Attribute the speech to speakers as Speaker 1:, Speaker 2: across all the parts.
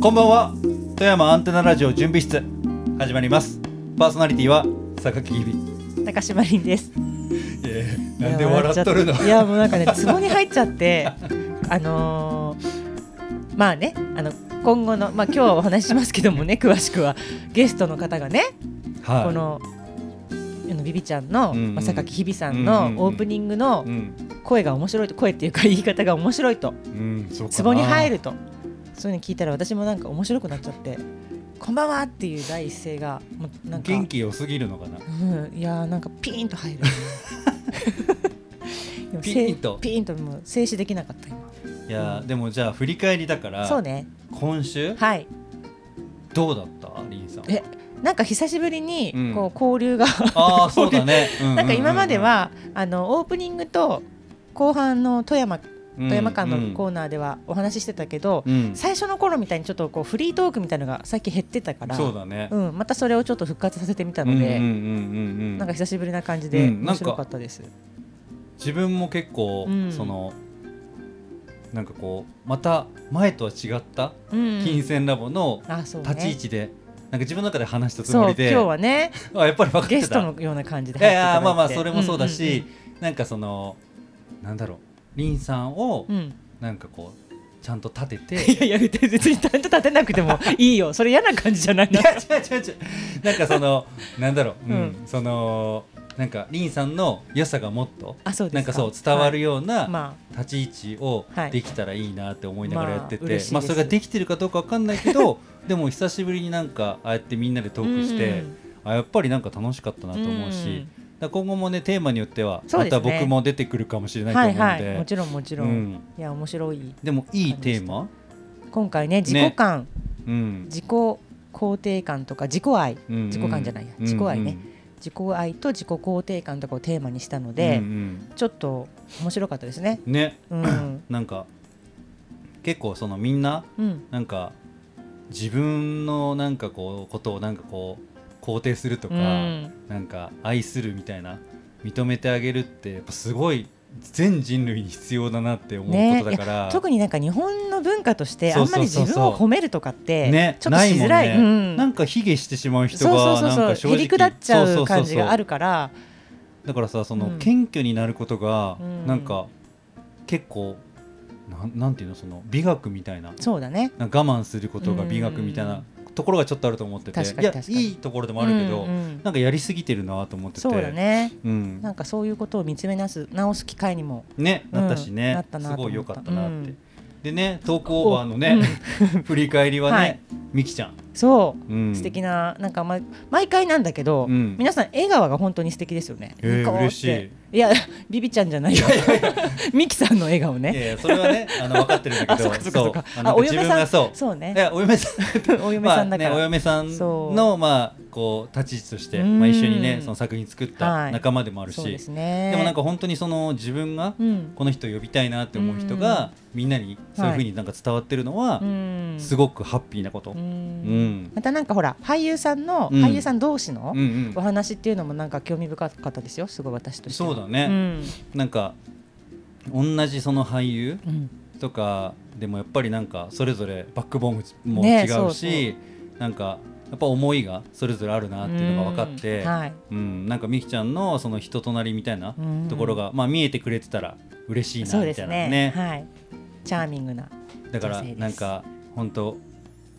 Speaker 1: こんばんは富山アンテナラジオ準備室始まりますパーソナリティは坂木日々
Speaker 2: 高島凛です。
Speaker 1: えーなんで笑っとるの
Speaker 2: いや笑っちゃっ ていやもうなんかねツボに入っちゃって、あのーまあねあの今後のまあ今日はお話ししますけど もね詳しくはゲストの方がね、
Speaker 1: はい
Speaker 2: この。あのビビちゃんの、
Speaker 1: うんうん
Speaker 2: まあ、榊日々さん
Speaker 1: うんうんうん
Speaker 2: のオープニングの
Speaker 1: うん
Speaker 2: 声が面白いと声っていうか言い方が面白いと
Speaker 1: うんそうかな
Speaker 2: ツボに入るとそういうの聞いたら私もなんか面白くなっちゃって「こんばんは」っていう第一声がもうなんか
Speaker 1: 元気良すぎるのかな
Speaker 2: うん、いやーなんかピーンと 入るでも
Speaker 1: ピ
Speaker 2: せ
Speaker 1: ーンと
Speaker 2: ピーンともう静止できなかった今
Speaker 1: いやーでもじゃあ振り返りだから
Speaker 2: そうね
Speaker 1: 今週
Speaker 2: はい
Speaker 1: どうだったリンさん
Speaker 2: えなんか久しぶりに
Speaker 1: うん
Speaker 2: こう交流が、
Speaker 1: ああそうだね
Speaker 2: なんか今まではあのオープニングと後半の富山
Speaker 1: 富
Speaker 2: 富山間のコーナーではお話ししてたけど、
Speaker 1: うん
Speaker 2: 最初の頃みたいにちょっとこうフリートークみたいのが最近減ってたから
Speaker 1: そうだね
Speaker 2: うん、またそれをちょっと復活させてみたの
Speaker 1: うん
Speaker 2: で、
Speaker 1: うんうんうんうん
Speaker 2: なんか久しぶりな感じで
Speaker 1: うんな
Speaker 2: 面
Speaker 1: んか
Speaker 2: 白かったです、
Speaker 1: 自分も結構
Speaker 2: うん
Speaker 1: そのなんかこうまた前とは違った
Speaker 2: うんうん
Speaker 1: 金銭ラボの
Speaker 2: あそうね
Speaker 1: 立ち位置でなんか自分の中で話したつ
Speaker 2: そ
Speaker 1: も
Speaker 2: う
Speaker 1: り
Speaker 2: 今
Speaker 1: で
Speaker 2: 日はね
Speaker 1: あやっぱり分かってた
Speaker 2: ゲストのような感じで
Speaker 1: いやい
Speaker 2: 入っていただい
Speaker 1: や
Speaker 2: て
Speaker 1: まあまあそれもそうだし、なんかそのなんだろうリンさんを
Speaker 2: うんうんうん うん
Speaker 1: なんかこうちゃんと立てて、
Speaker 2: いやいや別にちゃんと立てなくてもいいよそれ嫌な感じじゃない
Speaker 1: い
Speaker 2: な
Speaker 1: や違う違う違うなんかそのなんだろう、うん
Speaker 2: う
Speaker 1: そのなんかリンさんの良さがもっと
Speaker 2: あそうですか
Speaker 1: なんかそう伝わるよう
Speaker 2: はい
Speaker 1: な
Speaker 2: ま
Speaker 1: 立ち位置を
Speaker 2: はい
Speaker 1: できたらいいなって思いながらやってて、
Speaker 2: まあ嬉しいです
Speaker 1: まあそれができてるかどうかわかんないけどでも久しぶりになんかああやってみんなで
Speaker 2: あ
Speaker 1: トークして、あやっぱりなんか楽しかったなと思うし、
Speaker 2: うん
Speaker 1: だから今後もねテーマによっては
Speaker 2: そう
Speaker 1: ま
Speaker 2: で
Speaker 1: た
Speaker 2: すね
Speaker 1: 僕も出てくるかもしれな
Speaker 2: う
Speaker 1: んいと思
Speaker 2: は
Speaker 1: う
Speaker 2: い
Speaker 1: んで、
Speaker 2: はいもちろんもちろん、
Speaker 1: うん
Speaker 2: いや面白い
Speaker 1: でもいいテーマ、
Speaker 2: 今回ね自己感、
Speaker 1: うん
Speaker 2: 自己肯定感とか自己愛
Speaker 1: うんうん
Speaker 2: 自己感じゃないや自己愛ね自己愛と自己肯定感とかをテーマにしたので、
Speaker 1: うん
Speaker 2: ちょっと面白かったですね
Speaker 1: うんね
Speaker 2: うん、
Speaker 1: なんか結構そのみんな
Speaker 2: うん、
Speaker 1: なんか自分のなんかこうことをなんかこう肯定するとか、
Speaker 2: うん
Speaker 1: なんか愛するみたいな認めてあげるってやっぱすごい全人類に必要だなって思うことだか
Speaker 2: い
Speaker 1: ら、
Speaker 2: や特になんか日本の文化としてあ
Speaker 1: そうん
Speaker 2: ま
Speaker 1: そ
Speaker 2: り
Speaker 1: うそうそう
Speaker 2: 自分を褒めるとかって、
Speaker 1: ね
Speaker 2: ちょっとしづらい
Speaker 1: ないもんね
Speaker 2: うん
Speaker 1: なんか卑下してしまう人
Speaker 2: そうそう
Speaker 1: が
Speaker 2: そう
Speaker 1: なんか
Speaker 2: そ
Speaker 1: 正
Speaker 2: う
Speaker 1: 直
Speaker 2: へりくだっちゃ
Speaker 1: そうそそ
Speaker 2: 感じがあるから
Speaker 1: だからさその、
Speaker 2: うん
Speaker 1: 謙虚になることが、
Speaker 2: うん
Speaker 1: なんか結構なんなんていうのその美学みたいな
Speaker 2: そうだね
Speaker 1: なんか我慢することが美学みたいなところがちょっとあると思ってて、
Speaker 2: 確
Speaker 1: い
Speaker 2: かに
Speaker 1: や
Speaker 2: 確かに
Speaker 1: いいところでもあるけど、
Speaker 2: うんうん
Speaker 1: なんかやりすぎてるなと思ってて
Speaker 2: そうだね
Speaker 1: うん
Speaker 2: なんかそういうことを見つめ直す直す機会にも
Speaker 1: ね
Speaker 2: う
Speaker 1: な
Speaker 2: ん
Speaker 1: ったし
Speaker 2: な
Speaker 1: ね、
Speaker 2: ったな
Speaker 1: す
Speaker 2: と思
Speaker 1: ご
Speaker 2: った
Speaker 1: い良かったなって、
Speaker 2: うん
Speaker 1: でねトークオーバーのね、 振り返りはね、
Speaker 2: はい
Speaker 1: みきちゃん、
Speaker 2: そう、
Speaker 1: うん
Speaker 2: 素敵ななんか、ま、毎回なんだけど、
Speaker 1: うん
Speaker 2: 皆さん笑顔が本当に素敵ですよね、
Speaker 1: へー
Speaker 2: ニコーって
Speaker 1: 嬉し
Speaker 2: いやビビちゃんじゃないよミキさんの笑顔
Speaker 1: い
Speaker 2: ね
Speaker 1: やいやそれは ねあの分かってるんだ
Speaker 2: あ
Speaker 1: け
Speaker 2: そ
Speaker 1: ど
Speaker 2: うかそうかそうか
Speaker 1: あ
Speaker 2: あ
Speaker 1: の
Speaker 2: お
Speaker 1: 自
Speaker 2: 嫁
Speaker 1: 分
Speaker 2: さ
Speaker 1: が
Speaker 2: ん
Speaker 1: そう
Speaker 2: そう
Speaker 1: い
Speaker 2: ね
Speaker 1: やお嫁さん
Speaker 2: お嫁さんだから、
Speaker 1: まあね、お嫁さんの、まあ、こう立ち位置として、
Speaker 2: うん
Speaker 1: まあ、一緒にねその作品作った
Speaker 2: はい
Speaker 1: 仲間でもあるし、
Speaker 2: そうで
Speaker 1: です
Speaker 2: ね
Speaker 1: もなんか本当にその自分が
Speaker 2: うん
Speaker 1: この人を呼びたいなって思う人が、みんなにそういうふうになんか伝わってるのは、
Speaker 2: うん
Speaker 1: すごくハッピーなこと。う
Speaker 2: うんんまたなんかほら俳優さんの、
Speaker 1: うん
Speaker 2: 俳優さん同士の
Speaker 1: うん
Speaker 2: お話っていうのもなんか興味深かったですよすごい私としては
Speaker 1: そうだねなんか同じその俳優
Speaker 2: うんうん
Speaker 1: とかでもやっぱりなんかそれぞれバックボーンも違
Speaker 2: ね
Speaker 1: うし、
Speaker 2: そうそう
Speaker 1: なんかやっぱ思いがそれぞれあるなっていうのが分かって、
Speaker 2: うんはい
Speaker 1: うん、なんかみきちゃんのその人となりみたいな
Speaker 2: うん
Speaker 1: ところが、まあ、見えてくれてたら嬉しい
Speaker 2: そ
Speaker 1: な
Speaker 2: うで
Speaker 1: みた
Speaker 2: す
Speaker 1: いな
Speaker 2: ね
Speaker 1: ね
Speaker 2: はいチャーミングな
Speaker 1: だから
Speaker 2: 女性です
Speaker 1: なんか本当、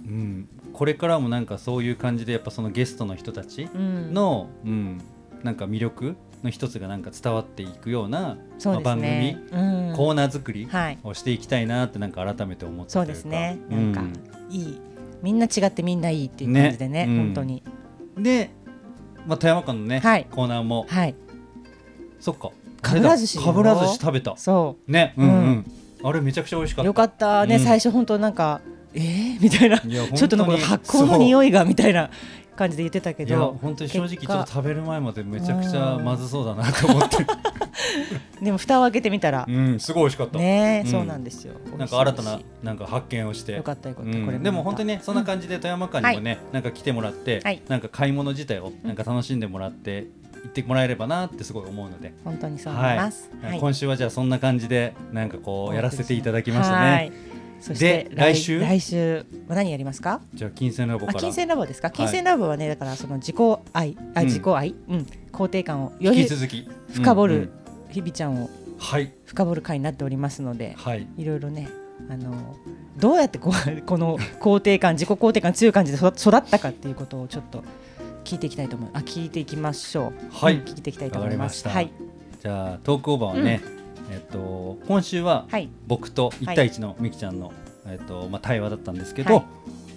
Speaker 1: うん、これからもなんかそういう感じでやっぱそのゲストの人たち
Speaker 2: うん
Speaker 1: の、うんなんか魅力の一つがなんか伝わっていくような
Speaker 2: そうです
Speaker 1: まあ番組
Speaker 2: ね、番
Speaker 1: コ
Speaker 2: うん
Speaker 1: ーナー作り
Speaker 2: はい
Speaker 1: をしていきたいなってなんか改めて思ったとい
Speaker 2: そう
Speaker 1: か
Speaker 2: うですね
Speaker 1: う
Speaker 2: なんかいいみんな違ってみんないいっていう感じでね
Speaker 1: ねうん
Speaker 2: 本当に
Speaker 1: で、まあ、富山間のね、
Speaker 2: はい
Speaker 1: コーナーも
Speaker 2: はい
Speaker 1: そっか
Speaker 2: かぶら寿司よ
Speaker 1: かぶら寿司食べた
Speaker 2: そ
Speaker 1: ね、うんうん、あれめちゃくちゃ美味しかった。
Speaker 2: うよかった
Speaker 1: う
Speaker 2: ね
Speaker 1: ん
Speaker 2: 最初本当なんかえーみたいない
Speaker 1: や本当に
Speaker 2: ちょっとなんか発酵の匂いがみたいな感じで言ってたけ
Speaker 1: いや
Speaker 2: ど
Speaker 1: 本当に正直ち
Speaker 2: 結
Speaker 1: ょ
Speaker 2: 果
Speaker 1: っと食べる前までめちゃくちゃまずそうだなと思って、
Speaker 2: でも蓋を開けてみたら
Speaker 1: うん、すごい美味しかった。
Speaker 2: ね
Speaker 1: うん
Speaker 2: そうなんですよ
Speaker 1: なんか新たな
Speaker 2: 美味しい美味し
Speaker 1: なんか発見をして
Speaker 2: いよかったよかった
Speaker 1: うん
Speaker 2: これもまた
Speaker 1: でも本当にねそんな感じで富山間にもね、なんか来てもらって、
Speaker 2: はい
Speaker 1: なんか買い物自体をなんか楽しんでもらって行ってもらえればなってすごい思うので、
Speaker 2: 本当にそう思い
Speaker 1: は
Speaker 2: ま
Speaker 1: い
Speaker 2: すはい
Speaker 1: 今週はじゃあそんな感じでなんかこうやらせていただきましたね。
Speaker 2: はいそして
Speaker 1: で来週
Speaker 2: 来週は何やりますか
Speaker 1: じゃあ金銭ラボか
Speaker 2: あ
Speaker 1: ら
Speaker 2: 金
Speaker 1: 引
Speaker 2: 銭ラボですか金銭ラボはね、だからその自己愛あ
Speaker 1: うん
Speaker 2: 自己愛、うん肯定感をよ
Speaker 1: き
Speaker 2: り
Speaker 1: 続き
Speaker 2: 深掘
Speaker 1: うんう
Speaker 2: る
Speaker 1: ん
Speaker 2: 日々ちゃんを
Speaker 1: はい
Speaker 2: 深掘る会になっておりますので
Speaker 1: はい
Speaker 2: いろいろねあのどうやってこうこの肯定感自己肯定感強い感じで育育ったかっていうことをちょっと聞いていきたいと思うあ聞いていきましょう
Speaker 1: はい
Speaker 2: うん聞いていきたいと思います
Speaker 1: わかりまじゃあトークオーバーはね、えっと今週は
Speaker 2: はい
Speaker 1: 僕と一対一のみきちゃんの、えっとまあ対話だったんですけど、
Speaker 2: はい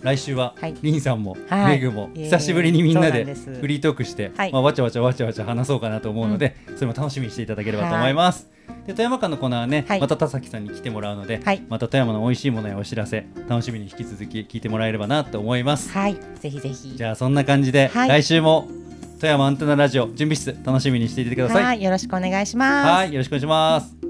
Speaker 1: 来週は
Speaker 2: はい
Speaker 1: りんさんも
Speaker 2: はい
Speaker 1: めぐも
Speaker 2: イエーイ
Speaker 1: 久しぶりにみんな
Speaker 2: そう
Speaker 1: で
Speaker 2: なんです
Speaker 1: フリートークして、
Speaker 2: はい
Speaker 1: まあわちゃわちゃわちゃわちゃ話そうかなと思うので、それも楽しみにしていただければと思います。で富山間のコーナーはね、
Speaker 2: はい
Speaker 1: また田崎さんに来てもらうので、
Speaker 2: はい
Speaker 1: また富山の美味しいものやお知らせ楽しみに引き続き聞いてもらえればなと思います。
Speaker 2: はい、はい、ぜひぜひ
Speaker 1: じゃあそんな感じで、
Speaker 2: はい
Speaker 1: 来週も富山アンテナラジオ準備室楽しみにしていてください。
Speaker 2: はいよろしくお願いします
Speaker 1: はい、よろしくお願いします。